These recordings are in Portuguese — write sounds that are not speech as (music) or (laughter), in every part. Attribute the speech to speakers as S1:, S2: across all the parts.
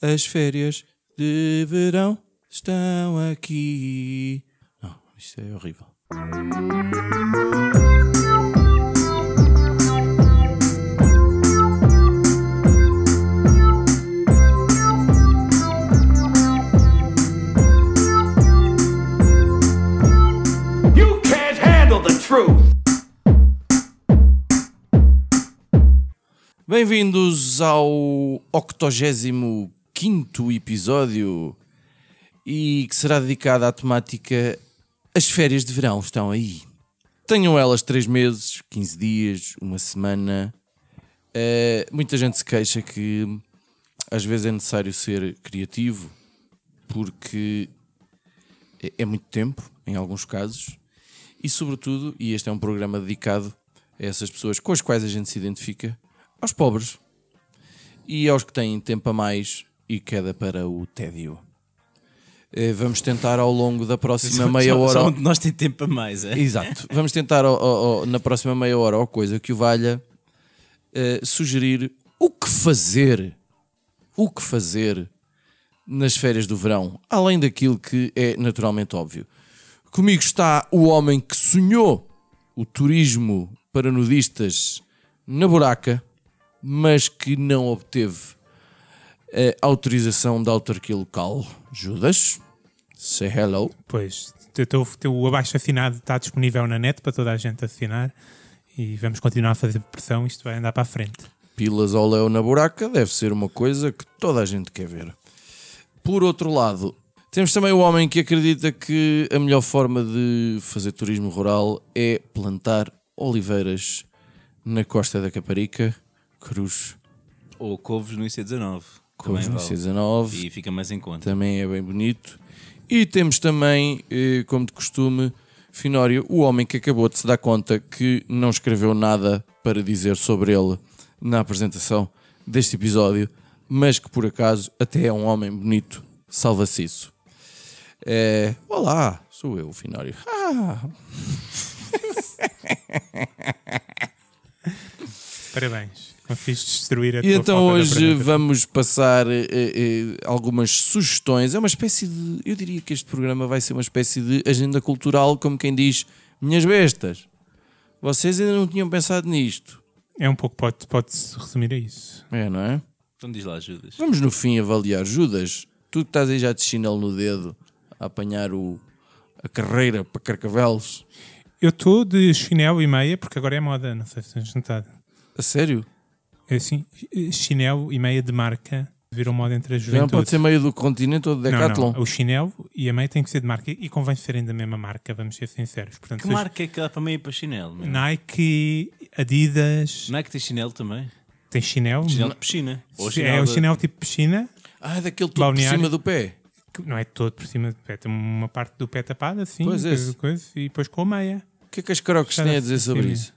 S1: As férias de verão estão aqui. Não, isto é horrível.
S2: You can't handle the truth.
S1: Bem-vindos ao 85 episódio e que será dedicado à temática As férias de verão estão aí. Tenham elas 3 meses, 15 dias, uma semana. Eh, muita gente se queixa que às vezes é necessário ser criativo porque é- é muito tempo, em alguns casos, e sobretudo, e este é um programa dedicado a essas pessoas com as quais a gente se identifica, aos pobres e aos que têm tempo a mais e queda para o tédio. Eh, Vamos tentar ao longo da próxima meia
S3: Só- um
S1: hora.
S3: Só onde nós tem tempo a mais, é?
S1: Exato. Vamos tentar ó, ó, ó, na próxima meia hora ou coisa que o valha eh, sugerir o que fazer, o que fazer nas férias do verão, além daquilo que é naturalmente óbvio. Comigo está o homem que sonhou o turismo para nudistas na buraca, mas que não obteve a autorização da autarquia local. Judas, say hello.
S4: Pois, teu, teu, teu abaixo assinado está disponível na net para toda a gente assinar e vamos continuar a fazer pressão, isto vai andar para a frente.
S1: pilas ao Leo na buraca deve ser uma coisa que toda a gente quer ver. Por outro lado, temos também o homem que acredita que a melhor forma de fazer turismo rural é plantar oliveiras na costa da Caparica, Cruz,
S3: Ou couves no IC19.
S1: Cruz no
S3: Também vale.
S1: C19
S3: é E fica mais em conta.
S1: também é bem bonito. E temos também, eh, como de costume, Finório, o homem que acabou de se dar conta que não escreveu nada para dizer sobre ele na apresentação deste episódio, mas que por acaso até é um homem bonito, salva-se isso. Eh, olá, sou eu, Finório. (laughs) Ah,
S4: Parabéns, conseguiste destruir a
S1: E
S4: tua
S1: então
S4: falta de
S1: hoje
S4: apresentação.
S1: vamos passar eh, eh, algumas sugestões. É uma espécie de. Eu diria que este programa vai ser uma espécie de agenda cultural, como quem diz: Minhas bestas, vocês ainda não tinham pensado nisto.
S4: É um pouco, pode- pode-se resumir a isso.
S1: É, não é?
S3: Então diz lá, Judas.
S1: Vamos no fim avaliar. Judas, tu que estás aí já de chinelo no dedo a apanhar o, a carreira para Carcavelos.
S4: Eu estou de chinelo e meia, porque agora é moda, não sei se tens notado.
S1: A sério?
S4: É assim, chinelo e meia de marca viram moda entre a
S1: Não
S4: juventude.
S1: pode ser meio do continente ou do
S4: Não,
S1: Decathlon.
S4: não, o chinelo e a meia tem que ser de marca e convém serem da mesma marca, vamos ser sinceros. Portanto,
S3: Que
S4: seja
S3: marca é que dá para meio para chinelo? Não.
S4: Nike, Adidas,
S3: não é que tem chinelo também?
S4: tem chinelo,
S3: Chinelo de piscina. Ou
S4: é o
S3: de-
S4: chinelo tipo piscina,
S1: Ah, é daquele tudo por
S4: Balneário.
S1: cima do pé.
S4: que não é todo por cima do pé, tem uma parte do pé tapada assim,
S1: Pois, é.
S4: depois
S1: esse.
S4: coisa, e depois com a meia.
S1: O que é que as carocas
S4: Cara,
S1: têm a dizer sobre
S4: sim.
S1: isso?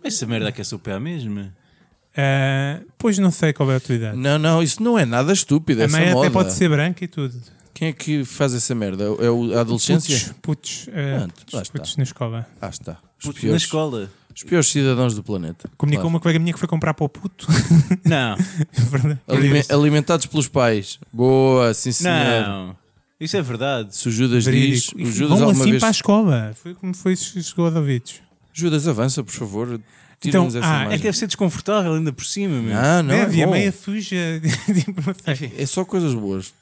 S3: Mas essa merda é que é super mesmo.
S4: Ah, pois não sei qual é a tua idade.
S1: Não, não, isso não é nada estúpido.
S4: a
S1: essa
S4: meia
S1: Hum, moda.
S4: até pode ser branca e tudo.
S1: Quem é que faz essa merda? É o- a adolescência?
S4: Putos, putos, ah,
S1: Pronto, lá
S4: putos,
S1: está.
S4: putos na escola.
S1: Ah, está. Os
S3: Puto, Na
S1: piores,
S3: escola.
S1: os piores cidadãos do planeta.
S4: Comunicou
S1: Claro.
S4: uma colega minha que foi comprar para o puto. (laughs) É
S3: Não,
S4: Verdade.
S1: Alime- alimentados pelos pais. Boa, sim (laughs) senhor.
S3: não. Isso é verdade.
S1: Se o Judas diz,
S4: Verídico.
S1: o
S4: E
S1: Judas
S4: Vão
S1: alguma
S4: assim
S1: vez.
S4: para a escola. Foi como foi chegou aos ouvidos.
S1: Judas, avança, por favor.
S4: Então,
S1: Tira-nos essa
S4: ah,
S3: É
S1: imagem.
S3: que deve ser desconfortável ainda por cima, meu.
S1: Ah, não, é,
S4: Deve, a
S1: bom.
S4: meia suja. (laughs) tipo, não sei.
S1: É só coisas boas.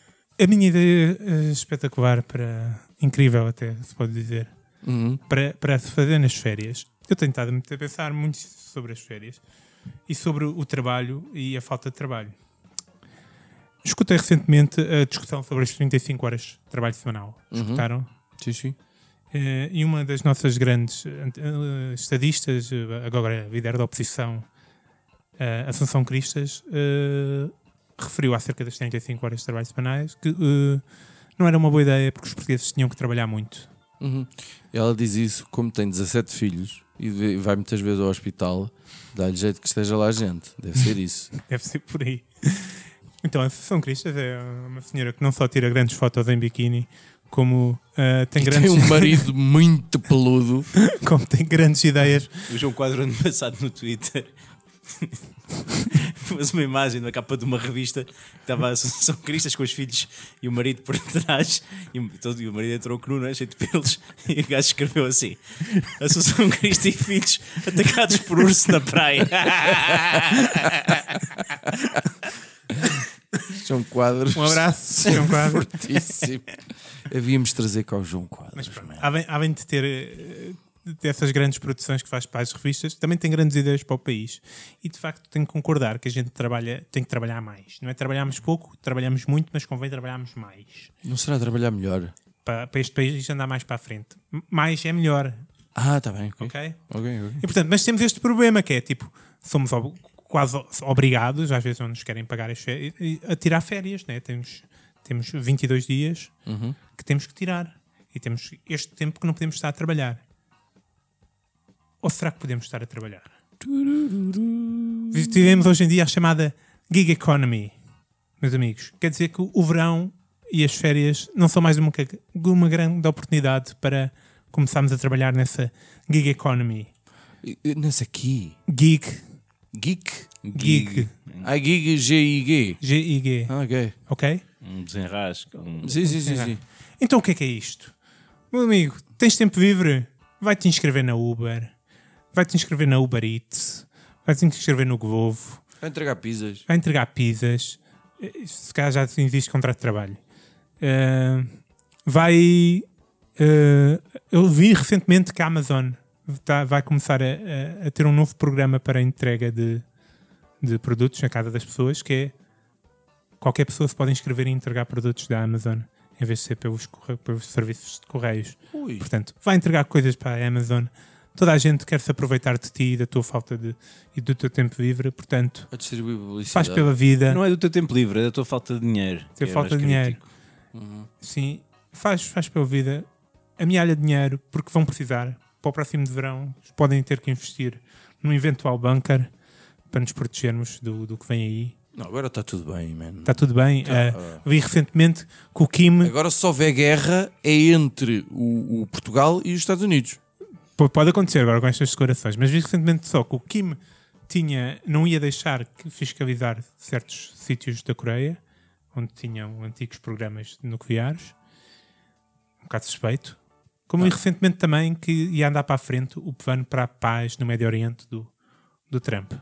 S4: A minha ideia eh, espetacular para. incrível até, se pode dizer.
S1: Uhum,
S4: Para, para se fazer nas férias. Eu tenho estado muito a pensar muito sobre as férias e sobre o trabalho e a falta de trabalho. Escutei recentemente a discussão sobre as 35 horas de trabalho semanal.
S1: Hum?
S4: Escutaram?
S1: uhum. Sim, sim.
S4: Eh, e uma das nossas grandes eh, estadistas, eh, agora líder da oposição, eh, Assunção Cristas, eh, referiu acerca das 35 horas de trabalho semanais que eh, não era uma boa ideia porque os portugueses tinham que trabalhar muito.
S1: Uhum. Ela diz isso como tem 17 filhos e vê- vai muitas vezes ao hospital, dá-lhe jeito que esteja lá a gente. Deve ser isso.
S4: Deve ser por aí. Então, a Assunção Cristas é uma senhora que não só tira grandes fotos em biquíni, como, eh, tem,
S1: E
S4: grandes,
S1: tem um
S4: (laughs)
S1: marido muito peludo.
S3: um
S4: como tem grandes ideias
S3: (laughs) O João Quadro ano passado no Twitter mas uma imagem da capa de uma revista que estava a Associação de Cristas com os filhos e o marido por (laughs) trás, e, o- todo, e o marido entrou cru, não é? cheio de pelos, e o gajo escreveu assim: Associação de Cristo e filhos atacados por urso na praia. (laughs)
S1: São quadros.
S4: Um (laughs) abraço. João Quadros.
S1: Fortíssimo. Havíamos de trazer cá o João Quadros.
S4: Mas pronto,
S1: man.
S4: além, além de ter eh, dessas grandes produções que faz para as revistas, também tem grandes ideias para o país. E de facto tenho que concordar que a gente trabalha, tem que trabalhar mais. Não é trabalharmos pouco, trabalhamos muito, mas convém trabalharmos mais.
S1: Não será trabalhar melhor?
S4: Para, para este país andar mais para a frente. M- Mais é melhor,
S1: Ah, está bem. Ok.
S4: ok?
S1: Ok, ok.
S4: E portanto, mas temos este problema que é tipo, somos ob- quase o- obrigados, às vezes não nos querem pagar as férias, e- a tirar férias, né? Temos, temos 22 dias que temos que tirar. E temos este tempo que não podemos estar a trabalhar. Ou será que podemos estar a trabalhar? Vivemos hoje em dia a chamada gig economy, meus amigos. Quer dizer que o verão e as férias não são mais uma, ca- uma grande oportunidade para começarmos a trabalhar nessa gig economy.
S1: E- e Nessa aqui.
S4: Geek.
S1: Geek.
S4: Geek.
S1: Ah, Geek G-I-G.
S4: G-I-G.
S1: Ah, ok.
S4: Ok?
S3: Um desenrasco. um-
S1: Sim, sim, sim. sim.
S4: Então o que é que é isto? Meu amigo, tens tempo livre? Vai-te inscrever na Uber. Vai-te inscrever na Uber Eats. Vai-te inscrever no Glovo.
S1: Vai entregar pizzas.
S4: Vai entregar pizzas. Eh, Se calhar já existe contrato de trabalho. Ah, vai... ah, eu vi recentemente que a Amazon tá- vai começar a, a- a ter um novo programa para a entrega de, de produtos na casa das pessoas, que é qualquer pessoa se pode inscrever e entregar produtos da Amazon em vez de ser pelos, corre- pelos serviços de correios.
S1: Ui.
S4: Portanto, vai entregar coisas para a Amazon. Toda a gente quer se aproveitar de ti e da tua falta de e do teu tempo livre, portanto,
S1: A distribuir publicidade.
S4: faz pela vida.
S3: Não é do teu tempo livre, é da tua falta de dinheiro. que
S4: Teu
S3: é
S4: falta
S3: mais
S4: de dinheiro.
S3: crítico. Uhum.
S4: Sim, faz, faz pela vida. Amealha dinheiro porque vão precisar. Para o próximo de verão, podem ter que investir num eventual bunker para nos protegermos do, do que vem aí.
S1: Não, agora está tudo bem, man.
S4: Está tudo bem.
S3: Tá,
S4: Ah, vi recentemente que o Kim
S1: Agora se houver guerra é entre o, o Portugal e os Estados Unidos.
S4: P- Pode acontecer agora com estas declarações, mas vi recentemente só que o Kim tinha, não ia deixar que fiscalizar certos sítios da Coreia, onde tinham antigos programas nucleares, um bocado suspeito. Como vi recentemente também que ia andar para a frente o plano para a paz no Médio Oriente do, do Trump.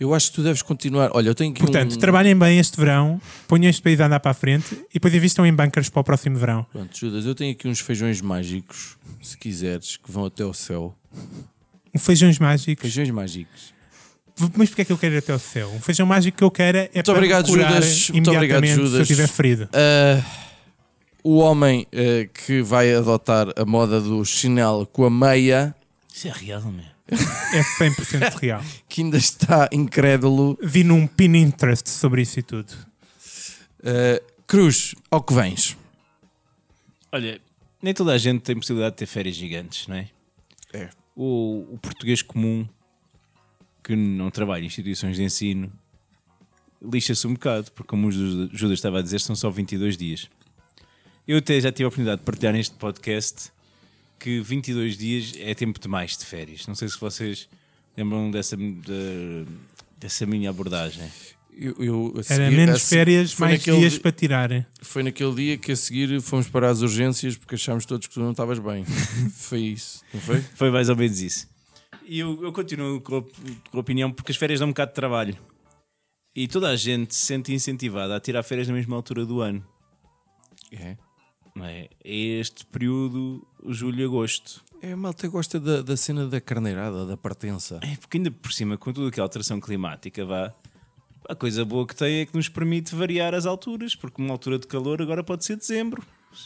S1: Eu acho que tu deves continuar. Olha, eu tenho que
S4: Portanto,
S1: um...
S4: trabalhem bem este verão, ponham este país a andar para a frente e depois invistam em bunkers para o próximo verão.
S1: Pronto, Judas, eu tenho aqui uns feijões mágicos, se quiseres, que vão até ao céu.
S4: Um feijões mágicos.
S1: Feijões mágicos.
S4: Mas porque é que eu quero ir até o céu? Um feijão mágico que eu quero é para
S1: obrigado,
S4: me curar
S1: Judas. Muito
S4: imediatamente
S1: obrigado,
S4: se eu
S1: Judas.
S4: estiver ferido.
S1: Ah, o homem ah, que vai adotar a moda do chinelo com a meia,
S3: Isso é real, meu.
S4: É 100% real.
S1: que ainda está incrédulo.
S4: Vi num pin interest sobre isso e tudo.
S1: Ah, Cruz, ao que vens?
S3: Olha, nem toda a gente tem possibilidade de ter férias gigantes, não é?
S1: É.
S3: O, o português comum que não trabalha em instituições de ensino lixa-se um bocado, porque como o Ju- Judas estava a dizer, são só 22 dias. Eu até já tive a oportunidade de partilhar neste podcast que 22 dias é tempo demais de férias. Não sei se vocês lembram dessa, da- dessa minha abordagem.
S1: Eu, eu, a
S4: Era
S1: seguir- a
S4: menos
S1: se-
S4: férias,
S1: foi
S4: mais
S1: naquele
S4: dias
S1: di-
S4: para tirarem.
S1: Foi naquele dia que a seguir fomos para as urgências porque achámos todos que tu não estavas
S4: (laughs)
S1: bem. foi isso, não foi?
S3: Foi mais ou menos isso. E eu, eu continuo com a, com a opinião porque as férias dão um bocado de trabalho. E toda a gente se sente incentivada a tirar férias na mesma altura do ano.
S1: É.
S3: Não é? É Este período, julho e agosto.
S1: É, a malta gosta da, da cena da carneirada, da pertença.
S3: É porque ainda por cima, com toda aquela é alteração climática, vá. A coisa boa que tem é que nos permite variar as alturas, porque uma altura de calor agora pode ser dezembro,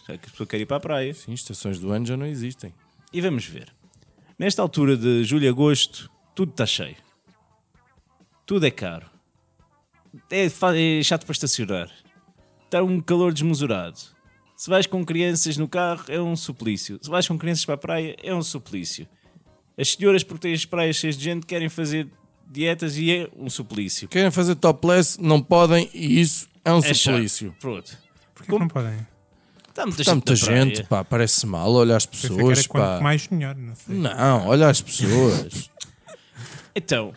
S3: já que a pessoa quer ir para a praia.
S1: Sim, estações do ano já não existem.
S3: E vamos ver. Nesta altura de julho e agosto, tudo está cheio. Tudo é caro. É, fa- é chato para estacionar. Está um calor desmesurado. Se vais com crianças no carro, é um suplício. Se vais com crianças para a praia, é um suplício. As senhoras, porque têm as praias cheias de gente, querem fazer dietas e é um suplício.
S1: Querem fazer topless, não podem, e isso é um
S3: É chato.
S1: suplício.
S3: Pronto.
S4: Porquê é que não podem?
S3: Está muita
S1: Está
S3: gente,
S1: muita
S3: na praia.
S1: gente, pá, parece mal, olha as
S4: Pensei que era
S1: pessoas,
S4: quanto
S1: pá. (laughs)
S4: mais melhor, não sei.
S1: Não, olha as pessoas.
S3: Então,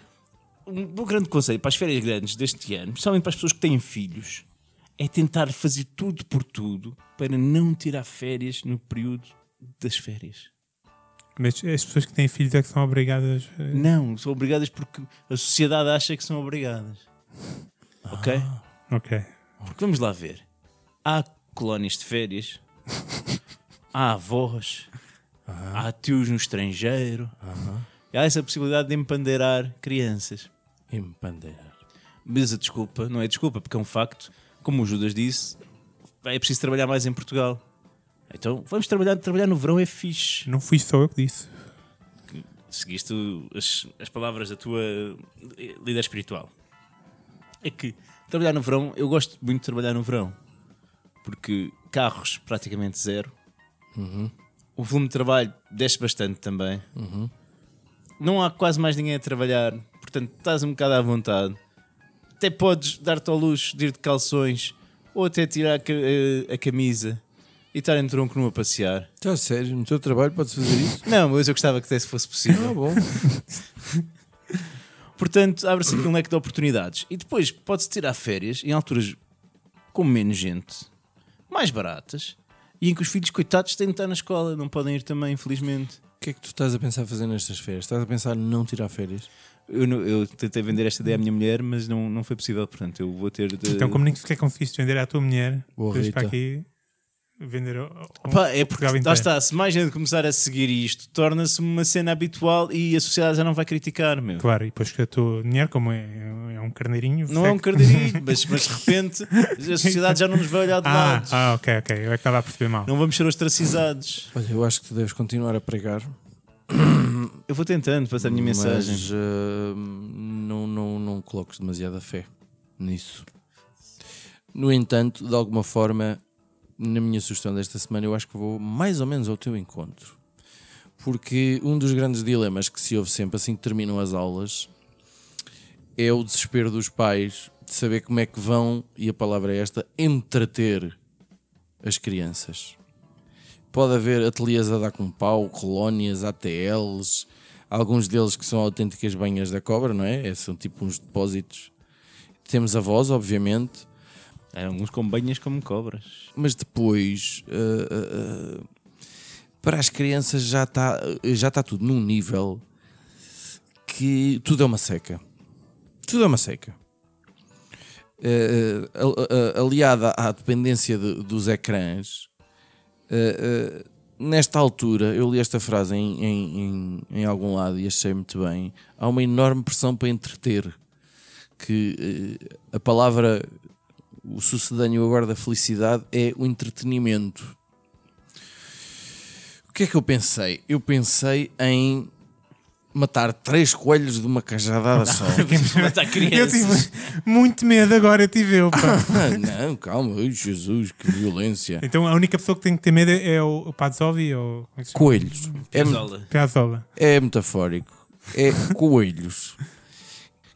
S3: um bom grande conselho para as férias grandes deste ano, principalmente para as pessoas que têm filhos, é tentar fazer tudo por tudo para não tirar férias no período das férias.
S4: Mas as pessoas que têm filhos é que são obrigadas. eh,
S3: Não, são obrigadas porque a sociedade acha que são obrigadas. Ok?
S4: Ok.
S3: Porque vamos lá ver. Há colónias de férias, há avós, há tios no estrangeiro. E há essa possibilidade de empandeirar crianças.
S1: Empandeirar.
S3: Mas a desculpa não é desculpa, porque é um facto. Como o Judas disse, é preciso trabalhar mais em Portugal. Então vamos trabalhar, trabalhar no verão é fixe.
S4: Não fui só eu que disse.
S3: seguiste o- as, as palavras da tua eh, líder espiritual. É que trabalhar no verão, eu gosto muito de trabalhar no verão, porque carros praticamente zero, o volume de trabalho desce bastante também, não há quase mais ninguém a trabalhar, portanto estás um bocado à vontade. Até podes dar-te ao luxo de ir de calções ou até tirar a, ca- eh, a camisa e estar em tronco nu a passear.
S1: Está Tá sério, no teu trabalho podes fazer isso?
S3: Não, mas eu gostava que até se fosse possível.
S1: Ah, bom.
S3: Portanto, abre-se aqui um leque de oportunidades. E depois pode-se tirar férias em alturas com menos gente, mais baratas, e em que os filhos, coitados, têm de estar na escola, não podem ir também, infelizmente.
S1: O que é que tu estás a pensar fazer nestas férias? Estás a pensar em não tirar férias?
S3: Eu, não- eu tentei vender esta ideia à minha mulher, mas não, não foi possível, portanto, eu vou ter de.
S4: Então, como nem sequer conseguiste vender à tua mulher,
S1: Eh, Boa,
S4: tens
S1: Rita.
S4: para aqui vender. ao- ao-
S3: Pá, é porque
S4: Portugal
S3: lá
S4: inteiro.
S3: está, se mais gente começar a seguir isto, torna-se uma cena habitual e a sociedade já não vai criticar, meu.
S4: Claro, e depois que a tua mulher, como é, é um carneirinho.
S3: Não é um
S4: segue-te.
S3: cardeirinho, mas, mas
S4: (laughs)
S3: de repente a sociedade já não nos vai olhar de
S4: Ah,
S3: lado.
S4: ah, ok, ok. Eu é que estava a perceber mal.
S3: Não vamos ser ostracizados.
S1: Olha, eu acho que tu deves continuar a pregar.
S3: Eu vou tentando passar a minha mensagem.
S1: Mas ah, não, não, não coloques demasiada fé nisso. No entanto, de alguma forma, na minha sugestão desta semana, eu acho que vou mais ou menos ao teu encontro. Porque um dos grandes dilemas que se ouve sempre assim que terminam as aulas é o desespero dos pais de saber como é que vão, e a palavra é esta, entreter as crianças. Pode haver ateliês a dar com pau, colónias, ATLs, alguns deles que são autênticas banhas da cobra, não é? É, São tipo uns depósitos. Temos avós, obviamente,
S3: Há alguns É, com banhas como (laughs) cobras.
S1: mas depois ah, ah, ah, para as crianças já está já tá tudo num nível que tudo é uma seca. Tudo é uma seca. Ah, ah, ah, aliada à dependência de- dos ecrãs, ah, ah, nesta altura, eu li esta frase em, em- em- em algum lado e achei muito bem. Há uma enorme pressão para entreter. Que eh, a palavra o sucedâneo agora da felicidade é o entretenimento. O que é que eu pensei? Eu pensei em matar três coelhos de uma cajadada só.
S3: Matar
S4: Eu
S3: crianças.
S4: tive muito medo agora, tive
S3: (laughs)
S4: eu. Pá.
S1: Ah, Não, calma, Ai, Jesus, que violência.
S4: Então a única pessoa que tem que ter medo é o o Pazzovi ou como é que se chama?
S1: Coelhos. É,
S3: Zola.
S4: Piazzolla.
S1: é metafórico. É coelhos.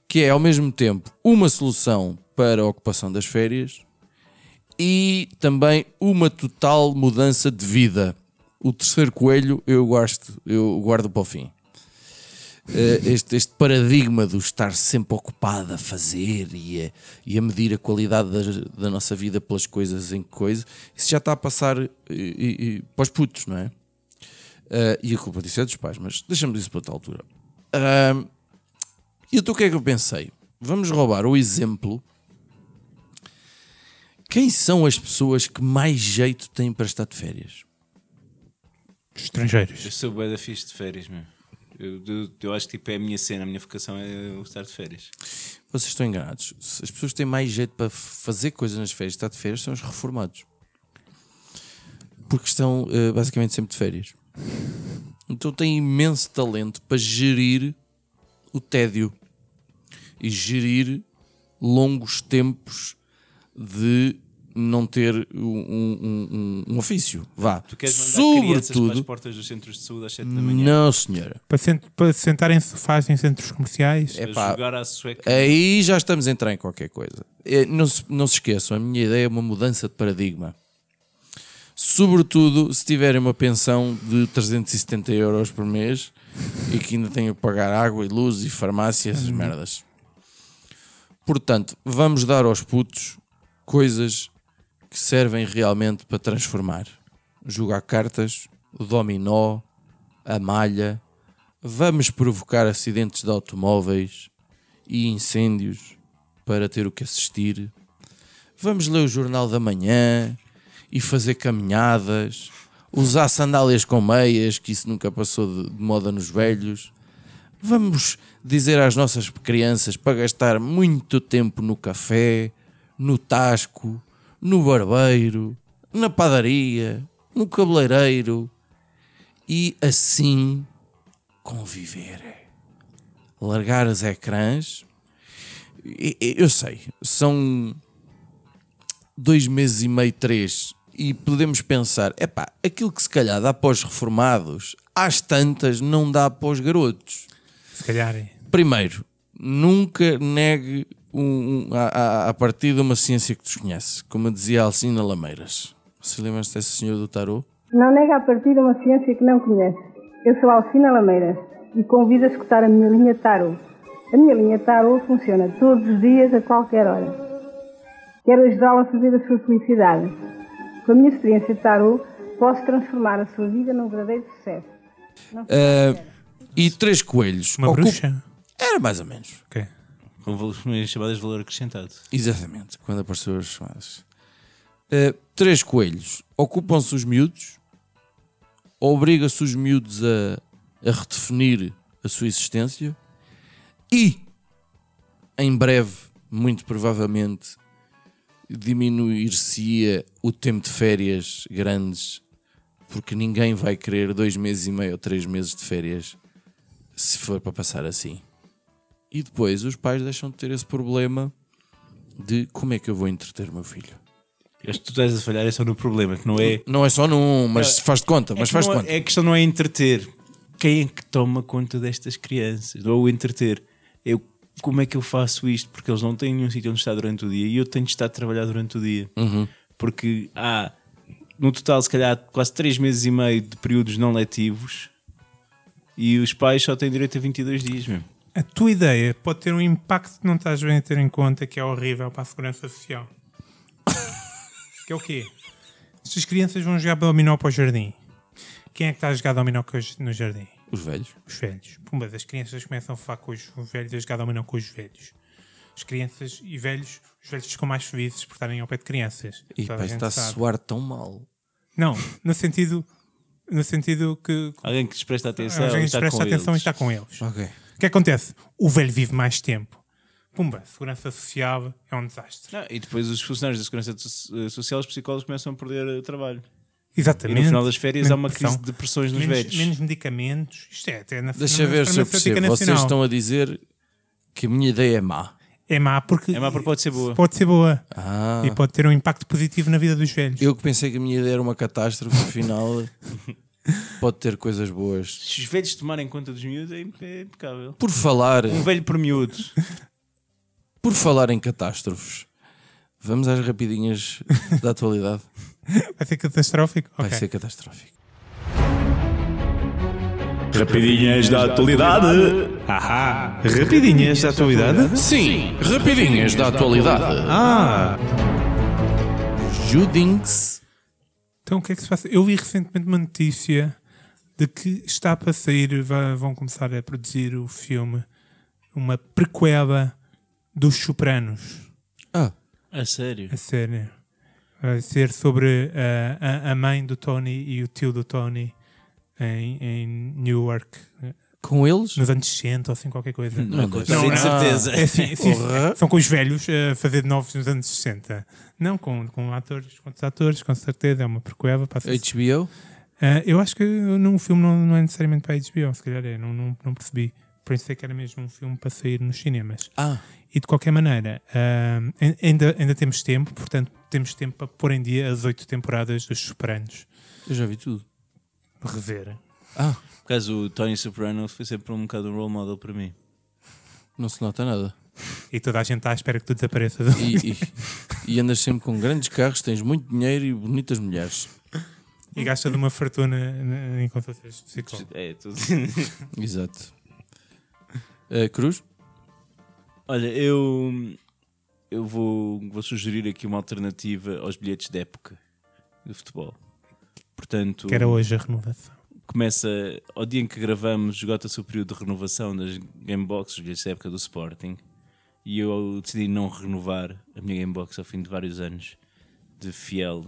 S1: Que é ao mesmo tempo uma solução para a ocupação das férias e também uma total mudança de vida. O terceiro coelho eu gosto, eu guardo para o fim. Eh, Este, este paradigma do estar sempre ocupado a fazer e a, e a medir a qualidade da, da nossa vida pelas coisas em que coisa, isso já está a passar eh, eh, eh, para os putos, não é? Ah, e a culpa disso é dos pais, mas deixamos isso para outra altura. Ah, e então o que é que eu pensei? Vamos roubar o exemplo. Quem são as pessoas que mais jeito têm para estar de férias?
S4: Estrangeiros.
S3: Eu sou bué da fixe de férias, meu. Eu, eu- eu acho que tipo, é a minha cena, a minha vocação é eu estar de férias.
S1: Vocês estão enganados. As pessoas que têm mais jeito para fazer coisas nas férias, estar de férias, são os reformados. Porque estão eh, basicamente sempre de férias. Então têm imenso talento para gerir o tédio e gerir longos tempos de não ter um, um- um- um ofício. Vá.
S3: Tu queres mandar crianças para as
S1: Sobretudo.
S3: portas dos centros de saúde às 7 da manhã
S1: Não, senhora.
S4: Para, sent- para sentar em sofás em centros comerciais.
S1: É
S3: a
S1: pá.
S3: jogar à sueca?
S1: Aí já estamos a entrar em qualquer coisa. Eh, Não se, não se esqueçam, a minha ideia é uma mudança de paradigma. Sobretudo se tiverem uma pensão de 370 euros por mês e que ainda tenham que pagar água e luz e farmácia, essas merdas. Portanto, vamos dar aos putos coisas que servem realmente para transformar. Jogar cartas, o dominó, a malha. Vamos provocar acidentes de automóveis e incêndios para ter o que assistir. Vamos ler o jornal da manhã e fazer caminhadas. Usar sandálias com meias, que isso nunca passou de- de moda nos velhos. Vamos dizer às nossas crianças para gastar muito tempo no café, no tasco, no barbeiro, na padaria, no cabeleireiro e assim conviver. Largar os ecrãs. E- e- Eu sei, são dois meses e meio, três, e podemos pensar: epá, aquilo que se calhar dá para os reformados, às tantas não dá para os garotos.
S4: Se calhar é.
S1: Primeiro, nunca negue um, um- a, a, a partir de uma ciência que desconhece, como dizia Alcina Lameiras. Você lembra-se dessa senhora do tarot?
S5: Não nega a partir de uma ciência que não conhece. Eu sou Alcina Lameiras e convido a escutar a minha linha Tarot. A minha linha Tarot funciona todos os dias, a qualquer hora. Quero ajudá-la a fazer a sua felicidade. Com a minha experiência de Tarot, posso transformar a sua vida num verdadeiro sucesso. Não se
S1: Ah, e três coelhos.
S4: Eh, Uma
S1: Ocup-
S4: bruxa?
S1: Era mais ou menos.
S4: Ok.
S3: Com val- (laughs) chamadas de valor acrescentado.
S1: Exatamente, quando apareceram as chamadas. Ah, três coelhos. Ocupam-se os miúdos, obriga-se os miúdos a, a redefinir a sua existência e, em breve, muito provavelmente, diminuir-se-ia o tempo de férias grandes, porque ninguém vai querer dois meses e meio ou três meses de férias se for para passar assim. E depois os pais deixam de ter esse problema de como é que eu vou entreter o meu filho.
S3: Acho que tu estás a falhar é só no problema, que não é.
S1: Não é só num, mas faz de conta, mas
S3: É que
S1: faz de
S3: não-
S1: conta.
S3: é- A questão não é entreter. Quem é que toma conta destas crianças? Não é o entreter. Eu, como é que eu faço isto? Porque eles não têm nenhum sítio onde estar durante o dia e eu tenho de estar a trabalhar durante o dia.
S1: Uhum.
S3: Porque há, no total, se calhar, quase 3 meses e meio de períodos não letivos e os pais só têm direito a 22 dias mesmo.
S4: A tua ideia pode ter um impacto que não estás bem a ter em conta, que é horrível para a
S3: (laughs)
S4: segurança social. que é o quê? Se as crianças vão jogar dominó para o jardim, quem é que está a jogar dominó com os- no jardim?
S1: Os velhos.
S4: Os velhos. Pumba, as crianças começam a falar com os os velhos, a jogar dominó com os velhos. As crianças e velhos, os velhos ficam mais felizes por estarem ao pé de crianças.
S1: E
S4: Toda a
S1: pá,
S4: gente
S1: está a
S4: sabe.
S1: suar tão mal.
S4: Não, no sentido, no sentido que
S3: Alguém que lhes presta atenção,
S4: alguém
S3: e
S4: lhes
S3: é está
S4: presta
S3: com
S4: atenção
S3: eles.
S4: e está com eles.
S1: Ok.
S4: O que acontece? O velho vive mais tempo. Pumba, segurança social é um desastre.
S3: Não, e depois os funcionários da Segurança So- eh, Social, os psicólogos começam a perder eh, trabalho.
S4: Exatamente.
S3: E no final das férias há uma
S4: Menos
S3: crise de
S4: pressão.
S3: depressões nos
S4: menos,
S3: velhos.
S4: Menos medicamentos. Isto é até na
S1: Deixa
S4: na
S1: ver se eu
S4: farmacêutica
S1: percebo. Vocês
S4: nacional.
S1: estão a dizer que a minha ideia é má.
S4: É má porque...
S3: É má porque pode ser boa.
S4: Pode ser boa.
S1: Ah.
S4: E pode ter um impacto positivo na vida dos velhos.
S1: Eu que pensei que a minha ideia era uma catástrofe, (laughs) afinal pode ter coisas boas.
S3: Se os velhos tomarem conta dos miúdos é impe- é impecável.
S1: Por falar,
S3: Um velho por miúdo.
S1: por falar em catástrofes, vamos às rapidinhas da atualidade. (laughs)
S4: Vai ser catastrófico?
S1: Vai
S4: Ok.
S1: ser catastrófico.
S6: Rapidinhas da atualidade. Ahá. Rapidinhas da atualidade.
S1: Sim, rapidinhas da atualidade.
S6: Ah.
S1: Judinx
S4: Então o que é que se passa? Eu vi recentemente uma notícia de que está para sair, va- vão começar a produzir o filme, uma prequela dos Sopranos.
S1: Ah,
S3: A sério?
S4: A sério. Vai ser sobre eh, a, a mãe do Tony e o tio do Tony em, em Newark, eh,
S1: com eles?
S4: nos anos 60 ou assim, qualquer coisa.
S3: Sim, de certeza.
S4: É assim, sim, são com os velhos a fazer de novos nos anos 60. Não com, com atores, com outros atores, com certeza. É uma prequela. Passa
S1: HBO?
S4: Ah, eu acho que num filme não, não é necessariamente para a HBO, se calhar é, não, não, não percebi. Pensei que era mesmo um filme para sair nos cinemas.
S1: Ah,
S4: E de qualquer maneira, ah, ai- ainda, ainda temos tempo, portanto, temos tempo para pôr em dia as oito temporadas dos Sopranos.
S1: eu já vi tudo.
S4: Rever.
S1: Ah,
S3: Por acaso o Tony Soprano foi sempre um bocado um role model para mim.
S1: não se nota nada.
S4: E toda a gente está à espera que tu desapareças.
S1: E, e- e andas sempre com grandes carros, tens muito dinheiro e bonitas mulheres.
S4: (laughs) E, gasta de uma fortuna eh, em consultas de psicólogo.
S3: É, (laughs) tudo.
S1: Exato. Eh, Cruz?
S3: Olha, eu eu vou, vou sugerir aqui uma alternativa aos bilhetes da época de futebol. Portanto,
S4: Que era hoje a renovação.
S3: começa ao dia em que gravamos, esgota-se o período de renovação das Gamebox, os bilhetes da época do Sporting, e eu decidi não renovar a minha Gamebox ao fim de vários anos de fiel,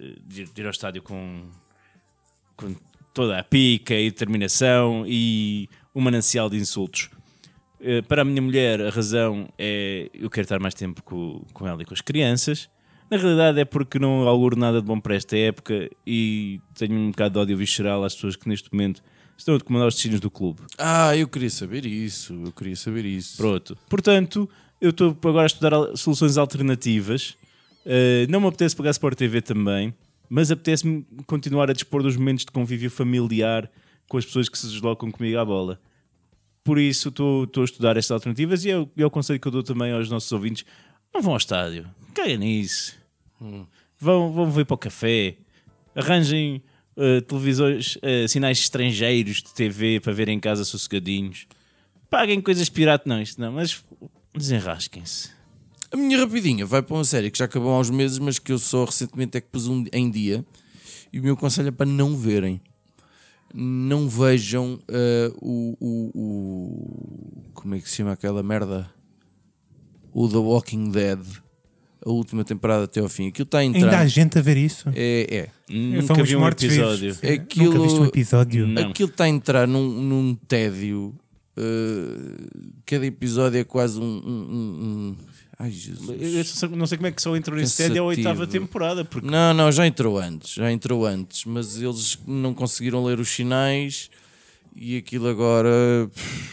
S3: eh, de de ir ao estádio com, com toda a pica e determinação e um manancial de insultos. Eh, Para a minha mulher, a razão é eu quero estar mais tempo com, com ela e com as crianças. Na realidade, é porque não auguro nada de bom para esta época e tenho um bocado de ódio visceral às pessoas que neste momento estão a comandar os destinos do clube.
S1: Ah, eu queria saber isso, eu queria saber isso.
S3: Pronto. Portanto, eu estou agora a estudar al- soluções alternativas. Uh, não me apetece pagar Sport TV também, mas apetece-me continuar a dispor dos momentos de convívio familiar com as pessoas que se deslocam comigo à bola. Por isso, estou estou a estudar estas alternativas e é o, é o conselho que eu dou também aos nossos ouvintes. Não vão ao estádio, caguem nisso. Vão, vão ver para o café, arranjem uh, televisões, uh, sinais estrangeiros de TV para verem em casa sossegadinhos. Paguem coisas pirata, não, isto não, mas desenrasquem-se.
S1: A minha rapidinha vai para uma série que já acabou há uns meses, mas que eu só recentemente é que pus um- em dia. E o meu conselho é para não verem. Não vejam eh, o, o- o- Como é que se chama aquela merda? O The Walking Dead. A última temporada até ao fim. Aquilo está a
S4: Ainda há
S1: entrar.
S4: gente a ver isso?
S1: É, é.
S3: Nunca
S4: os
S3: vi um
S4: mortos-vivos.
S3: episódio.
S1: É
S4: Nunca
S1: aquilo-
S4: viste um episódio?
S3: Não.
S1: Aquilo está a entrar num, num tédio. eh, cada episódio é quase um. um- um- um- Ai Jesus.
S3: Eu só- não sei como é que só entrou nesse
S1: Cansativo.
S3: tédio à oitava temporada, porque
S1: Não, não, já entrou antes, já entrou antes, mas eles não conseguiram ler os sinais e aquilo agora pff,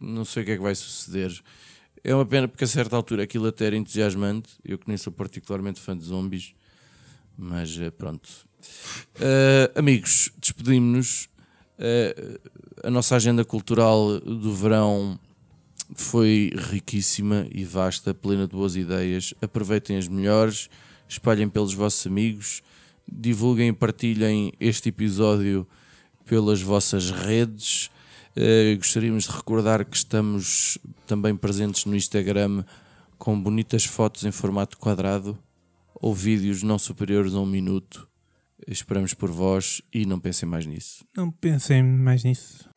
S1: não sei o que é que vai suceder. É uma pena porque a certa altura aquilo até era entusiasmante, eu que nem sou particularmente fã de zombies, mas eh, pronto. Eh, amigos, despedimos-nos. Eh, a nossa agenda cultural do verão foi riquíssima e vasta, plena de boas ideias. Aproveitem as melhores, espalhem pelos vossos amigos, divulguem e partilhem este episódio pelas vossas redes. Eh, gostaríamos de recordar que estamos também presentes no Instagram com bonitas fotos em formato quadrado ou vídeos não superiores a um minuto. Esperamos por vós e não pensem mais nisso.
S4: Não pensem mais nisso.